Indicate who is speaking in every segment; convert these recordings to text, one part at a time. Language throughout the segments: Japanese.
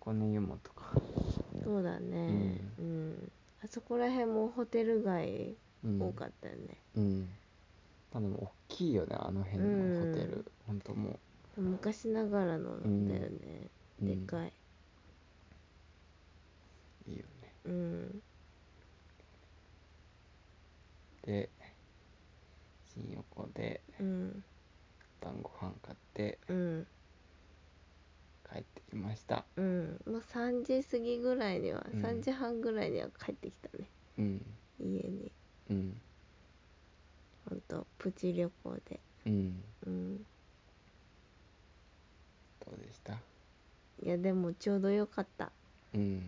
Speaker 1: 箱根湯本か
Speaker 2: そうだね、うんあそこら辺もホテル街
Speaker 1: うん
Speaker 2: 多かったよね、
Speaker 1: うんまあでも大きいよねあの辺のホテル、
Speaker 2: う
Speaker 1: ほんとも
Speaker 2: 昔ながらのだよね、
Speaker 1: う、うん
Speaker 2: でかい
Speaker 1: いいよね
Speaker 2: うん
Speaker 1: で新横で
Speaker 2: うん
Speaker 1: 晩ご飯買って
Speaker 2: うん
Speaker 1: 帰ってきました
Speaker 2: うんもう3時過ぎぐらいには、
Speaker 1: うん
Speaker 2: 3時半ぐらいには帰ってきたね
Speaker 1: うん
Speaker 2: 家に
Speaker 1: うん
Speaker 2: ほんとプチ旅行で
Speaker 1: うん
Speaker 2: うん
Speaker 1: どうでした
Speaker 2: いやでもちょうどよかった
Speaker 1: うん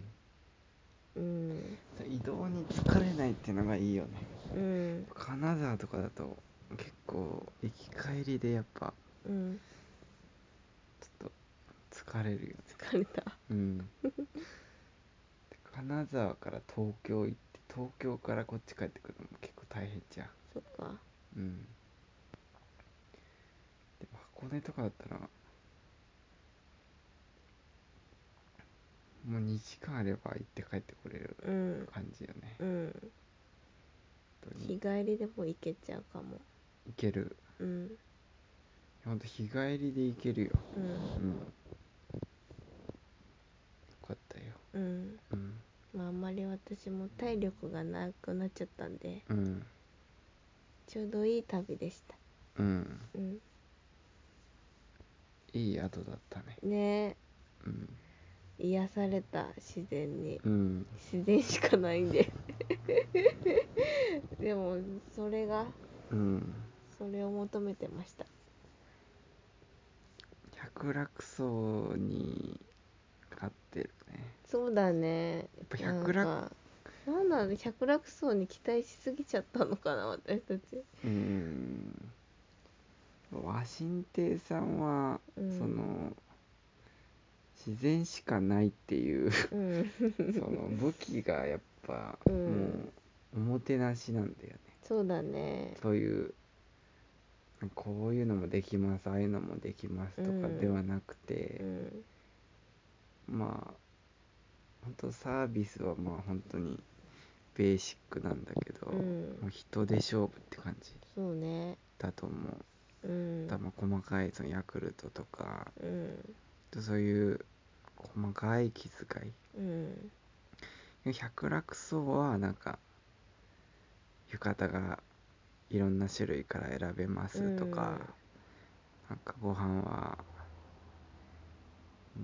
Speaker 2: うん
Speaker 1: 移動に疲れないっていうのがいいよね
Speaker 2: うん
Speaker 1: 金沢とかだと結構行き帰りでやっぱ
Speaker 2: うん
Speaker 1: ちょっと疲れるよね
Speaker 2: 疲れた
Speaker 1: うんで 金沢から東京行って東京からこっち帰ってくるのも結構大変じゃん
Speaker 2: そっか
Speaker 1: うんでも箱根とかだったらもう2時間あれば行って帰ってこれる
Speaker 2: うん
Speaker 1: 感じよね
Speaker 2: うん
Speaker 1: 本当
Speaker 2: 日
Speaker 1: に
Speaker 2: 帰りでも行けちゃうかも
Speaker 1: 行ける
Speaker 2: うん
Speaker 1: ほんと日帰りで行けるよ
Speaker 2: うん
Speaker 1: うんよかったよ
Speaker 2: うん
Speaker 1: うん
Speaker 2: まああんまり私も体力がなくなっちゃったんで
Speaker 1: うん
Speaker 2: ちょうどいい旅でした
Speaker 1: うん
Speaker 2: うん
Speaker 1: いい宿だったね
Speaker 2: ね
Speaker 1: うん
Speaker 2: え癒された自然に
Speaker 1: うん
Speaker 2: 自然しかないんで でもそれが
Speaker 1: うん
Speaker 2: それを求めてました
Speaker 1: 百楽荘に飼ってるね
Speaker 2: そうだね
Speaker 1: やっぱ
Speaker 2: なん
Speaker 1: 百楽
Speaker 2: かなんなの百楽荘に期待しすぎちゃったのかな私たち
Speaker 1: うん和神亭さんは、
Speaker 2: うん
Speaker 1: その自然しかないっていう
Speaker 2: うん
Speaker 1: その武器がやっぱ、
Speaker 2: うん
Speaker 1: もうおもてなしなんだよね
Speaker 2: そうだね
Speaker 1: そういうこういうのもできますああいうのもできますとかではなくて
Speaker 2: う、ん
Speaker 1: まあ本当サービスはまあ本当にベーシックなんだけど、
Speaker 2: うん
Speaker 1: もう人で勝負って感じ
Speaker 2: そうね
Speaker 1: だと思う、
Speaker 2: うん
Speaker 1: だからまあ細かいそのヤクルトとか
Speaker 2: うん
Speaker 1: そういう細かい気遣
Speaker 2: うん
Speaker 1: い百楽荘はなんか浴衣がいろんな種類から選べますとか、なんかご飯は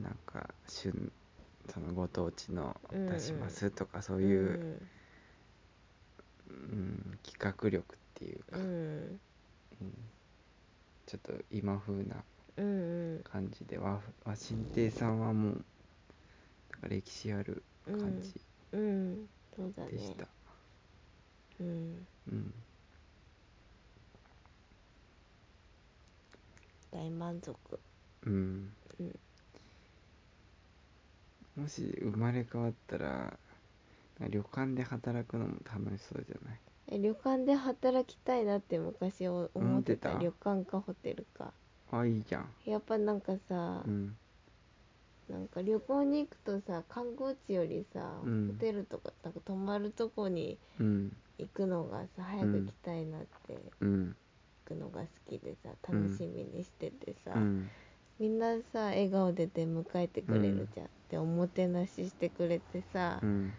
Speaker 1: なんか旬そのご当地の出しますとか、そうういう、うん、企画力っていうか、
Speaker 2: うんうん
Speaker 1: うんちょっと今風な
Speaker 2: うん
Speaker 1: 感じで和和神亭さんはもうなんか歴史ある
Speaker 2: うん
Speaker 1: 感じ
Speaker 2: うんそうだね
Speaker 1: でした、
Speaker 2: うん
Speaker 1: うん
Speaker 2: 大満足
Speaker 1: うん
Speaker 2: うん
Speaker 1: もし生まれ変わったらなんか旅館で働くのも楽しそうじゃない
Speaker 2: え旅館で働きたいなって昔お思ってた
Speaker 1: 思って
Speaker 2: 旅館かホテルか
Speaker 1: あいいじゃん
Speaker 2: やっぱなんかさ、
Speaker 1: うん
Speaker 2: なんか旅行に行くとさ観光地よりさ、
Speaker 1: うん
Speaker 2: ホテルとかなんか泊まるとこに
Speaker 1: うん
Speaker 2: 行くのがさ早く行きたいなって、行
Speaker 1: うん
Speaker 2: くのが好きでさ
Speaker 1: うん
Speaker 2: 楽しみにしててさ、
Speaker 1: うん
Speaker 2: みんなさ笑顔で出迎えてくれるじゃん、でおもてなししてくれてさ、
Speaker 1: うん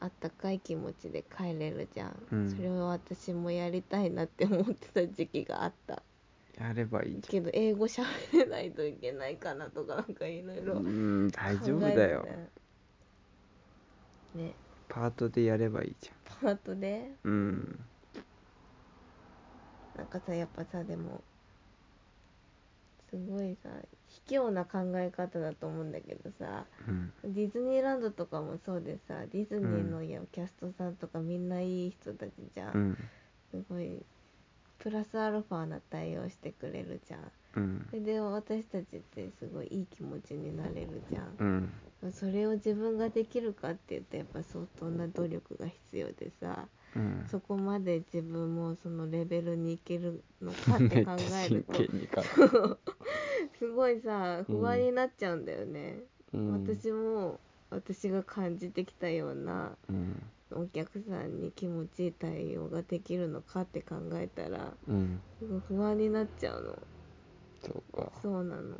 Speaker 2: あったかい気持ちで帰れるじゃん、
Speaker 1: うん
Speaker 2: それを私もやりたいなって思ってた時期があった
Speaker 1: やればいいじ
Speaker 2: けど英語喋れないといけないかなとかなんかいろい
Speaker 1: ゃん
Speaker 2: ろ
Speaker 1: うん大丈夫だよ
Speaker 2: 考えてたね
Speaker 1: パートでやればいいじゃん
Speaker 2: パートで
Speaker 1: うん
Speaker 2: なんかさやっぱさでもすごいさ卑怯な考え方だと思うんだけどさ
Speaker 1: うん
Speaker 2: ディズニーランドとかもそうでさディズニーのやキャストさんとかみんないい人たちじゃん、
Speaker 1: うん
Speaker 2: すごいプラスアルファな対応してくれるじゃん
Speaker 1: うん
Speaker 2: それで私たちってすごいいい気持ちになれるじゃん
Speaker 1: うん
Speaker 2: それを自分ができるかって言ってやっぱ相当な努力が必要でさ
Speaker 1: うん
Speaker 2: そこまで自分もそのレベルに行けるのかっ て考えると
Speaker 1: めっちゃ真剣に考え
Speaker 2: すごいさ
Speaker 1: うん
Speaker 2: 不安になっちゃうんだよね、
Speaker 1: うん
Speaker 2: 私も私が感じてきたような
Speaker 1: うん
Speaker 2: お客さんに気持ちいい対応ができるのかって考えたら
Speaker 1: うん
Speaker 2: すごい不安になっちゃうの
Speaker 1: そうか
Speaker 2: そうなの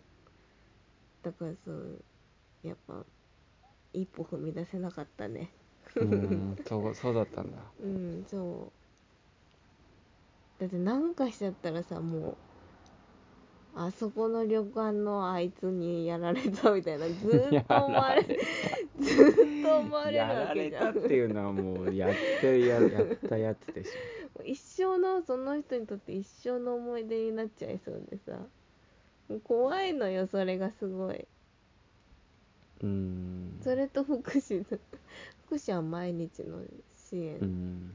Speaker 2: だからそうやっぱ一歩踏み出せなかったね
Speaker 1: うんそうそうだったんだ
Speaker 2: うんそうだってなんかしちゃったらさもうあそこの旅館のあいつにやられたみたいなずーっと思 われずーっと思われる
Speaker 1: や
Speaker 2: わ
Speaker 1: ら
Speaker 2: け
Speaker 1: れ
Speaker 2: じゃ
Speaker 1: た
Speaker 2: ん
Speaker 1: っていうのはもうやってややったやつでし
Speaker 2: 一生のその人にとって一生の思い出になっちゃいそうでさもう怖いのよそれがすごい
Speaker 1: ょうん
Speaker 2: それと福祉の 福祉は毎日の支援、
Speaker 1: うん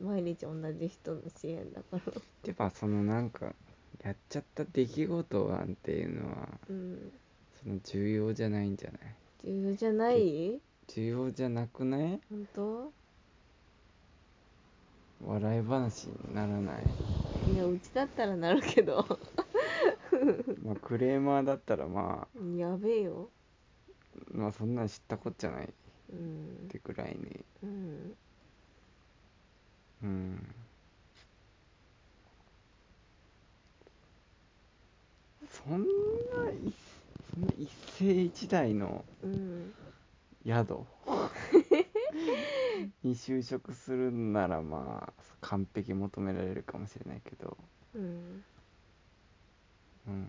Speaker 2: 毎日同じ人の支援だから
Speaker 1: やっぱそのなんかやっちゃった出来事はっていうのは
Speaker 2: うん
Speaker 1: その重要じゃないんじゃない
Speaker 2: 重要じゃない
Speaker 1: 重要じゃなくない
Speaker 2: 本当
Speaker 1: 笑い話にならない
Speaker 2: いやうちだったらなるけど
Speaker 1: まあクレーマーだったらま
Speaker 2: やべえよ
Speaker 1: あまあそんなん知ったこっちゃないっ
Speaker 2: うん
Speaker 1: てくらいに
Speaker 2: うん
Speaker 1: うんそんないそんな一世一代の
Speaker 2: うん
Speaker 1: 宿 に就職するならまあ完璧求められるかもしれないけど
Speaker 2: うん
Speaker 1: うん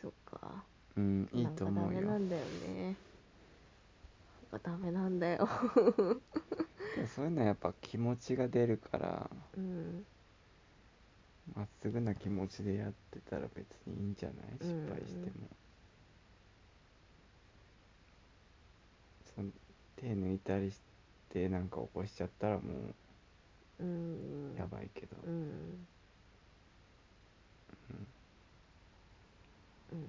Speaker 2: そっか
Speaker 1: うんいいと思うよ
Speaker 2: なんかダメなんだよねなんかダメなんだよ
Speaker 1: でもそういうのはやっぱ気持ちが出るから
Speaker 2: うん
Speaker 1: まっすぐな気持ちでやってたら別にいいんじゃない
Speaker 2: うん
Speaker 1: 失
Speaker 2: うん
Speaker 1: 敗しても、その手抜いたりしてなんか起こしちゃったらも
Speaker 2: うん
Speaker 1: うやばいけど、
Speaker 2: うんうん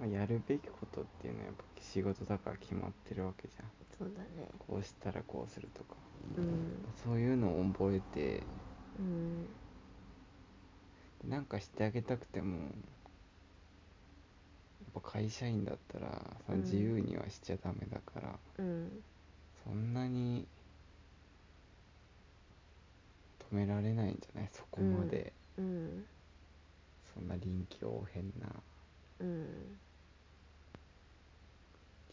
Speaker 1: まあ、やるべきことっていうのはやっぱ仕事だから決まってるわけじゃん
Speaker 2: そうだね
Speaker 1: こうしたらこうするとか
Speaker 2: うん
Speaker 1: そういうのを覚えて
Speaker 2: うん
Speaker 1: なんかしてあげたくてもやっぱ会社員だったらその
Speaker 2: うん
Speaker 1: 自由にはしちゃダメだから、
Speaker 2: うん
Speaker 1: そんなに止められないんじゃないそこまで、
Speaker 2: うん
Speaker 1: そんな臨機応変な
Speaker 2: うん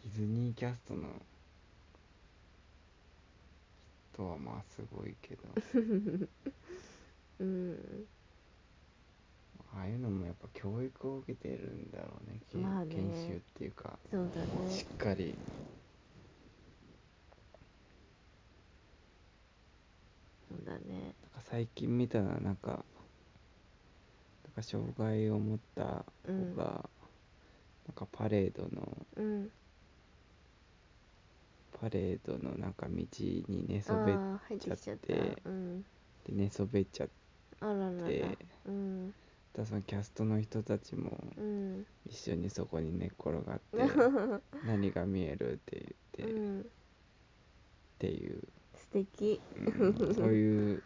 Speaker 1: ディズニーキャストの人はまあすごい けど
Speaker 2: うん
Speaker 1: ああいうのもやっぱ教育を受けてるんだろうね,け、
Speaker 2: まあね
Speaker 1: 研修っていうか
Speaker 2: そうだ
Speaker 1: し
Speaker 2: ね
Speaker 1: っかり
Speaker 2: そうだね
Speaker 1: なんか最近見たらなんかなんか障害を持った子
Speaker 2: うん
Speaker 1: が、なんかパレードの
Speaker 2: うん
Speaker 1: パレードのなんか道に寝
Speaker 2: あ
Speaker 1: そべっ
Speaker 2: あー入ってきちゃっ
Speaker 1: ちゃって
Speaker 2: たうん
Speaker 1: て寝そべっちゃっ
Speaker 2: あららら
Speaker 1: て
Speaker 2: うん
Speaker 1: だそのキャストの人たちも
Speaker 2: うん
Speaker 1: 一緒にそこに寝っ転がって何が見えるって
Speaker 2: う
Speaker 1: 言ってっ
Speaker 2: ん
Speaker 1: ていう、
Speaker 2: 素敵
Speaker 1: うんそういう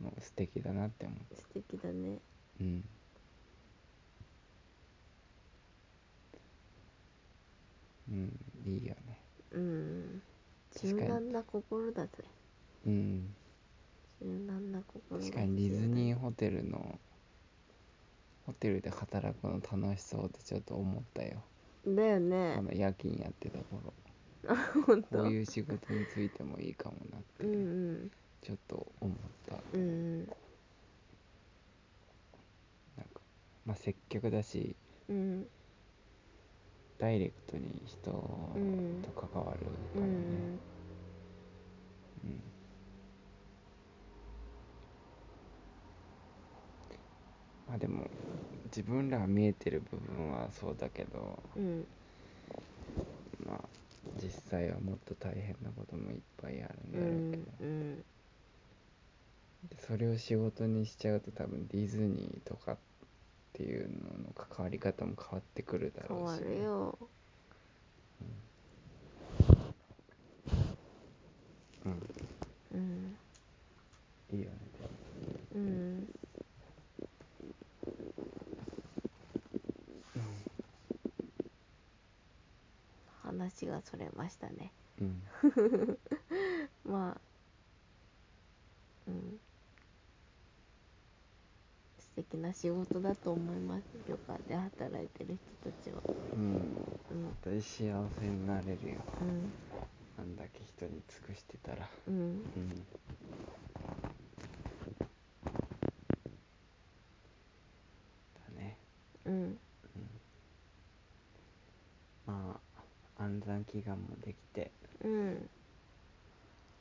Speaker 1: の素敵だなって思う、
Speaker 2: 素敵だね
Speaker 1: うん、うんいいよね
Speaker 2: うん柔
Speaker 1: 確かに
Speaker 2: 軟な心だぜ
Speaker 1: うん
Speaker 2: 柔軟な心
Speaker 1: 確かにディズニーホテルのホテルで働くの楽しそうってちょっと思ったよ
Speaker 2: ーだよね
Speaker 1: あの夜勤やってた頃
Speaker 2: 本当
Speaker 1: こういう仕事についてもいいかもなっ
Speaker 2: うんう
Speaker 1: て
Speaker 2: ん
Speaker 1: ちょっと思った、
Speaker 2: うんうん
Speaker 1: なんかまあ接客だし
Speaker 2: うん
Speaker 1: ダイレクトに人と
Speaker 2: うん
Speaker 1: 関わる
Speaker 2: う
Speaker 1: からね、う
Speaker 2: ん
Speaker 1: んまあでも自分らが見えてる部分はそうだけど
Speaker 2: うん
Speaker 1: まあ実際はもっと大変なこともいっぱいあるんだ
Speaker 2: う
Speaker 1: ろうんけど、
Speaker 2: うん
Speaker 1: でそれを仕事にしちゃうと多分ディズニーとかっていうのの関わり方も変わってくるだ
Speaker 2: 変
Speaker 1: ろう
Speaker 2: わ
Speaker 1: しね、
Speaker 2: るよ
Speaker 1: うん
Speaker 2: うん
Speaker 1: いいよね
Speaker 2: うん話がそれましたね
Speaker 1: うん
Speaker 2: まあうん素敵な仕事だと思います旅館で働いてる人たちは
Speaker 1: うん
Speaker 2: うん
Speaker 1: 絶対幸せになれるよ
Speaker 2: うん
Speaker 1: あんだけ人に尽くしてたら
Speaker 2: うん
Speaker 1: うんだね
Speaker 2: うん
Speaker 1: まあ暗算祈願もできて
Speaker 2: うん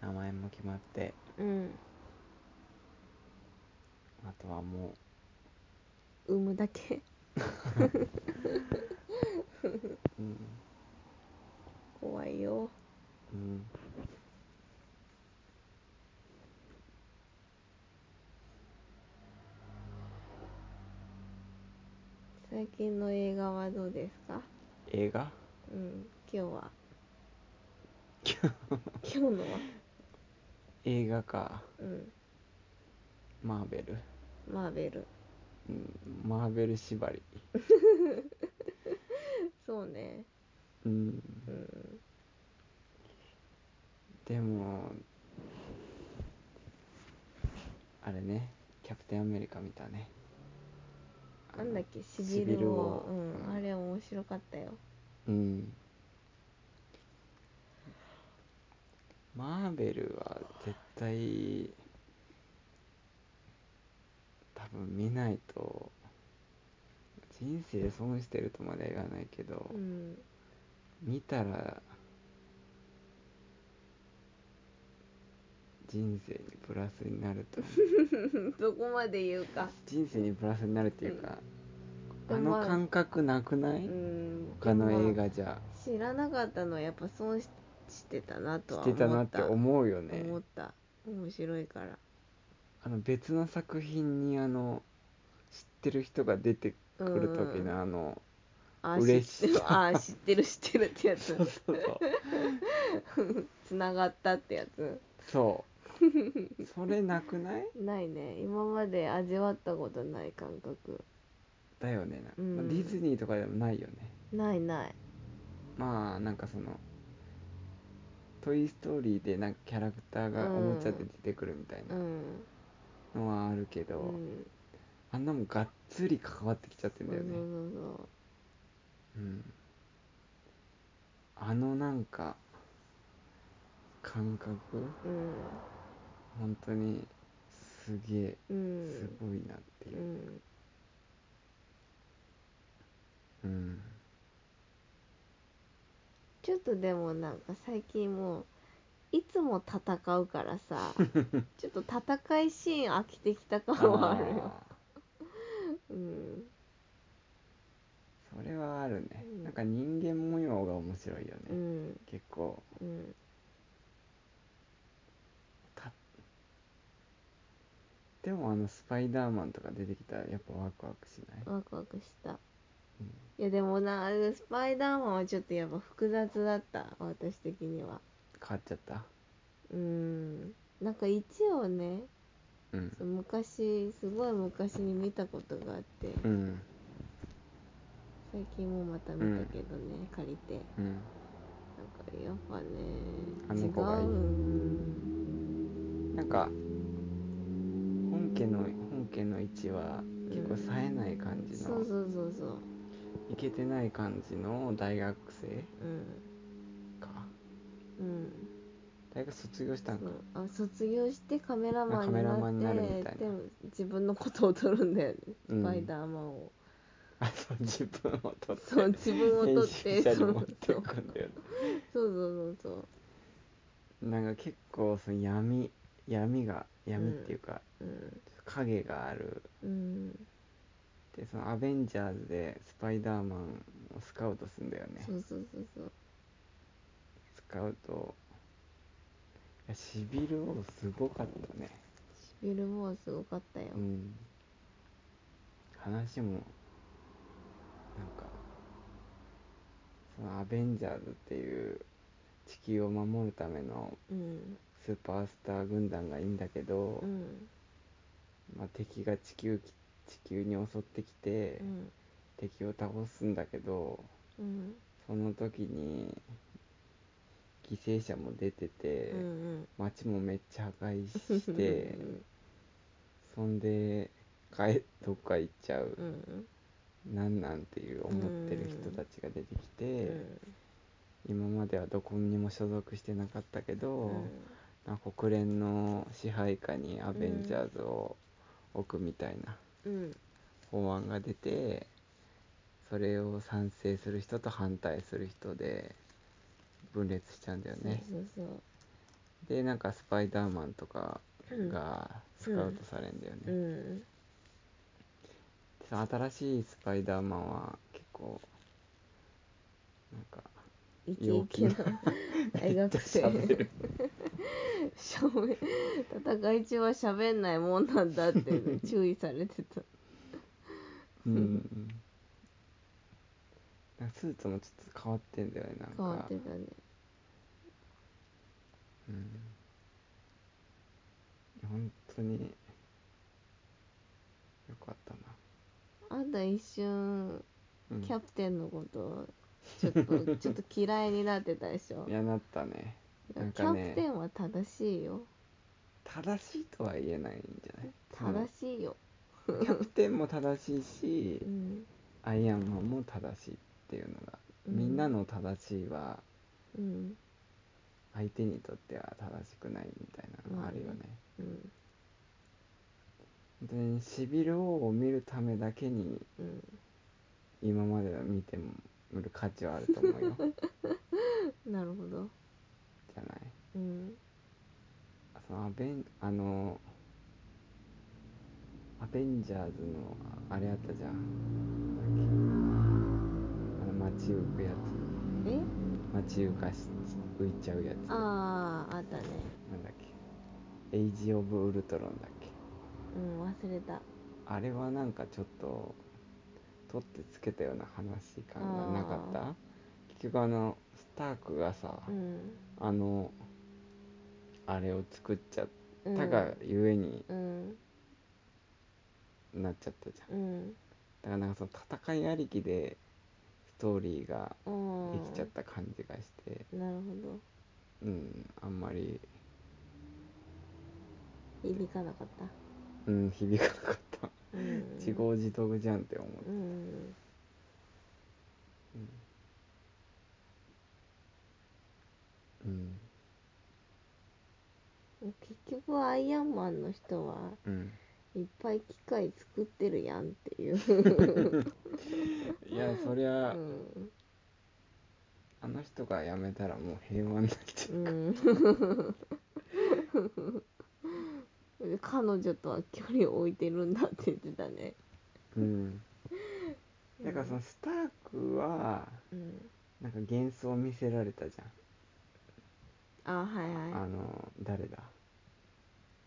Speaker 1: 名前も決まって
Speaker 2: うん
Speaker 1: あとはも
Speaker 2: 産むだけ
Speaker 1: ううん
Speaker 2: 怖いよ
Speaker 1: うん
Speaker 2: 最近の映画はどうですか
Speaker 1: 映画
Speaker 2: うん今日は今日のは
Speaker 1: 映画か
Speaker 2: うん
Speaker 1: マーベル、
Speaker 2: マーベル
Speaker 1: うん、マーベル縛り
Speaker 2: そうね
Speaker 1: うん
Speaker 2: うん
Speaker 1: でもあれねキャプテンアメリカ見たね
Speaker 2: なんだっけし
Speaker 1: シ
Speaker 2: び
Speaker 1: ビ
Speaker 2: る
Speaker 1: ル
Speaker 2: を
Speaker 1: を
Speaker 2: うんあれ面白かったよ
Speaker 1: うんマーベルは絶対多分見ないと人生損してるとまでは言わないけど、
Speaker 2: うん
Speaker 1: 見たら人生にプラスになると思う
Speaker 2: どこまで言うか
Speaker 1: 人生にプラスになるっていうか、
Speaker 2: うん
Speaker 1: あ
Speaker 2: でも
Speaker 1: の感覚なくな
Speaker 2: う
Speaker 1: い、
Speaker 2: ん
Speaker 1: 他の映
Speaker 2: でも
Speaker 1: 画じゃ
Speaker 2: 知らなかったのはやっぱ損ししてたなとは
Speaker 1: し
Speaker 2: 思
Speaker 1: て
Speaker 2: った
Speaker 1: たなって思うよね
Speaker 2: 思った面白いから
Speaker 1: あの別の作品にあの知ってる人が出てくる時
Speaker 2: うん
Speaker 1: のあの、
Speaker 2: あ
Speaker 1: 嬉
Speaker 2: 知
Speaker 1: し
Speaker 2: って
Speaker 1: い
Speaker 2: るあー知ってる知ってるってやつ
Speaker 1: そう そうそう
Speaker 2: つながったってやつ
Speaker 1: そうそれなくない
Speaker 2: ないね今まで味わったことない感覚
Speaker 1: だよね、な
Speaker 2: うん
Speaker 1: まあディズニーとかでもないよね
Speaker 2: ないない
Speaker 1: まあなんかその「トイ・ストーリー」でなんかキャラクターがおもちゃで出てくるみたいうなんのはあるけ
Speaker 2: う
Speaker 1: ど、
Speaker 2: ん
Speaker 1: あんなもんがっつり関わってきちゃって
Speaker 2: そ
Speaker 1: ん
Speaker 2: う
Speaker 1: だ
Speaker 2: そう
Speaker 1: よね、
Speaker 2: そうそう
Speaker 1: うん、あのなんか感覚
Speaker 2: うん
Speaker 1: 本当にすげえ
Speaker 2: う
Speaker 1: す
Speaker 2: ん
Speaker 1: ごいなって
Speaker 2: う
Speaker 1: いう、
Speaker 2: ん
Speaker 1: うん、
Speaker 2: ちょっとでもなんか最近もういつも戦うから さちょっと戦いシーン飽きてきた 感はあるよ
Speaker 1: あ
Speaker 2: うん
Speaker 1: ーそれはあるね、
Speaker 2: うん
Speaker 1: なんか人間模様が面白いよね、
Speaker 2: うん
Speaker 1: 結構
Speaker 2: うん
Speaker 1: たでもあのスパイダーマンとか出てきたらやっぱワクワクしない
Speaker 2: ワクワクした
Speaker 1: うん
Speaker 2: いやでもなスパイダーマンはちょっとやっぱ複雑だった私的には
Speaker 1: 変わっちゃった
Speaker 2: うんなんか一応ね
Speaker 1: うん
Speaker 2: そう昔すごい昔に見たことがあって
Speaker 1: うん
Speaker 2: 最近もまた見たけどね、借りて
Speaker 1: うん
Speaker 2: なんかやっぱね
Speaker 1: あの子がいい
Speaker 2: 違ううん
Speaker 1: なんか本家の本家の位置は結構冴えない感じ
Speaker 2: そ
Speaker 1: の
Speaker 2: うそうそうそう
Speaker 1: いけてない感じの大学生
Speaker 2: うん
Speaker 1: か
Speaker 2: うん
Speaker 1: 大学卒業したん
Speaker 2: そ
Speaker 1: か
Speaker 2: うあ卒業してカメラマンに
Speaker 1: カメラマンに
Speaker 2: な
Speaker 1: な
Speaker 2: っ
Speaker 1: る
Speaker 2: て
Speaker 1: みたいな
Speaker 2: でも自分のことを撮るんだよね
Speaker 1: うん
Speaker 2: スパイダーマンを、
Speaker 1: あそう自分を撮って
Speaker 2: そう自分を撮っ
Speaker 1: 編集
Speaker 2: て
Speaker 1: 者に
Speaker 2: そ
Speaker 1: 持っ
Speaker 2: う
Speaker 1: て
Speaker 2: そう
Speaker 1: くんだよね
Speaker 2: そうそうそう
Speaker 1: なんか結構その闇闇が闇っていうか、
Speaker 2: そううん
Speaker 1: 影がある
Speaker 2: うん
Speaker 1: でそのアベンジャーズでスパイダーマンをスカウトするんだよね
Speaker 2: そうそうそうそう
Speaker 1: スカウトいやしびる王すごかったね
Speaker 2: シビルもすごかったよ、
Speaker 1: うん話もなんかそのアベンジャーズっていう地球を守るための
Speaker 2: うん
Speaker 1: スーパースター軍団がいいんだけど、
Speaker 2: うん
Speaker 1: まあ、敵が地球き地球に襲ってきて、
Speaker 2: うん
Speaker 1: 敵を倒すんだけど
Speaker 2: うん
Speaker 1: その時に犠牲者も出てて、
Speaker 2: うんうん
Speaker 1: 街もめっちゃ破壊し て
Speaker 2: うん
Speaker 1: そんで帰どっか行っちゃう
Speaker 2: う、ん
Speaker 1: なんなんっていう思ってる人たちが出てきて、
Speaker 2: うん
Speaker 1: 今まではどこにも所属してなかったけど、
Speaker 2: うん
Speaker 1: なんか国連の支配下にアベンジャーズを置くみたいな
Speaker 2: うん
Speaker 1: 法案が出てそれを賛成する人と反対する人で分裂しちゃうんだよね。
Speaker 2: そうそう
Speaker 1: でなんかスパイダーマンとか
Speaker 2: うん
Speaker 1: がスカウトされるんだよね。
Speaker 2: そううん
Speaker 1: その新しいスパイダーマンは結構なんか
Speaker 2: イケイケな大学 生
Speaker 1: 喋る
Speaker 2: しゃべ戦い中は喋んないもんなんだって注意されてた
Speaker 1: うん なんかスーツもちょっと変わってんだよねなんか
Speaker 2: 変わってたね
Speaker 1: うん本当によかったな
Speaker 2: あんた一瞬
Speaker 1: うん
Speaker 2: キャプテンのことちょっとちょっと嫌いになってたでしょ
Speaker 1: いやなったねなん
Speaker 2: キ
Speaker 1: か
Speaker 2: ャ
Speaker 1: ね
Speaker 2: プテンは正しいよ
Speaker 1: 正しいとは言えないんじゃない
Speaker 2: 正しいよ
Speaker 1: そのキャプテンも正しいし
Speaker 2: うん
Speaker 1: アイアンマンも正しいっていうのが、
Speaker 2: うん
Speaker 1: みんなの正しいは
Speaker 2: うん
Speaker 1: 相手にとっては正しくないみたいなのがあるよね、
Speaker 2: うん
Speaker 1: 本当にしびる王を見るためだけに
Speaker 2: うん
Speaker 1: 今までは見ても見る価値はあると思うよじ
Speaker 2: なるほど
Speaker 1: ゃない
Speaker 2: うん
Speaker 1: そのアベンあのアベンジャーズのああれあったじゃんなんだっけあの街浮くやつ
Speaker 2: え
Speaker 1: 街浮かし浮いちゃうやつ
Speaker 2: あああったね
Speaker 1: なんだっけエイジ・オブ・ウルトロンだっけ
Speaker 2: うん忘れた
Speaker 1: あれはなんかちょっと取ってつけたような話感がなかった結局あのスタークがさ、
Speaker 2: うん
Speaker 1: あのあれを作っちゃっ
Speaker 2: うん
Speaker 1: たがゆえに
Speaker 2: うん
Speaker 1: なっちゃったじゃん
Speaker 2: うん
Speaker 1: だからなんかその戦いありきでストーリーが
Speaker 2: うん
Speaker 1: できちゃった感じがして
Speaker 2: なるほど
Speaker 1: うんあんまり、
Speaker 2: 響かなかった
Speaker 1: うん、響かなかった
Speaker 2: うん
Speaker 1: 自業自得じゃんって思って
Speaker 2: うん
Speaker 1: うん
Speaker 2: 結局アイアンマンの人は
Speaker 1: うん
Speaker 2: いっぱい機械作ってるやんっていう、
Speaker 1: いやそり
Speaker 2: う
Speaker 1: ゃ、
Speaker 2: ん
Speaker 1: あの人が辞めたらもう平和になっちゃ
Speaker 2: う
Speaker 1: う、
Speaker 2: ん、 彼女とは距離を置いてるんだって言ってたね、
Speaker 1: うん、だからそのスタークは
Speaker 2: うん、
Speaker 1: なんか幻想を見せられたじ
Speaker 2: あはい
Speaker 1: ゃん、
Speaker 2: はい
Speaker 1: あの誰だ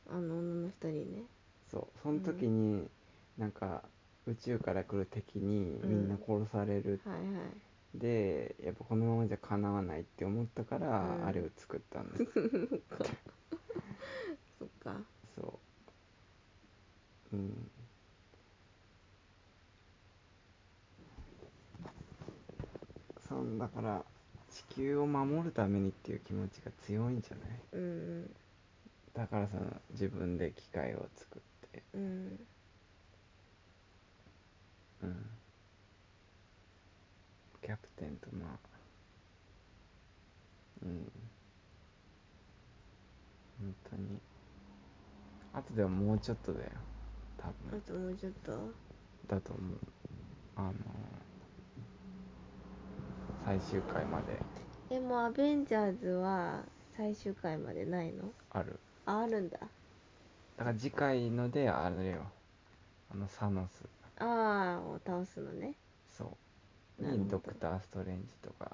Speaker 2: あの女の人にね
Speaker 1: そうその時になんか宇宙から来る敵にみんな殺される、
Speaker 2: はいはい
Speaker 1: でやっぱこのままじゃかなわないって思ったから、
Speaker 2: うん
Speaker 1: あれを作った んです
Speaker 2: そっか
Speaker 1: そううんそんだから地球を守るためにっていう気持ちが強いんじゃない
Speaker 2: うん
Speaker 1: だからその自分で機械を作って
Speaker 2: うん
Speaker 1: うんキャプテンとまあうん本当にあとではもうちょっとだよ多
Speaker 2: あ
Speaker 1: 分
Speaker 2: ともうちょっと
Speaker 1: だと思うあの最終回まで
Speaker 2: えもうアベンジャーズは最終回までないの
Speaker 1: ある
Speaker 2: ああるんだ
Speaker 1: だから次回のであれよあのサノス
Speaker 2: ああを倒すのね
Speaker 1: そう
Speaker 2: なるほ
Speaker 1: に
Speaker 2: ど
Speaker 1: ドクター・ストレンジとか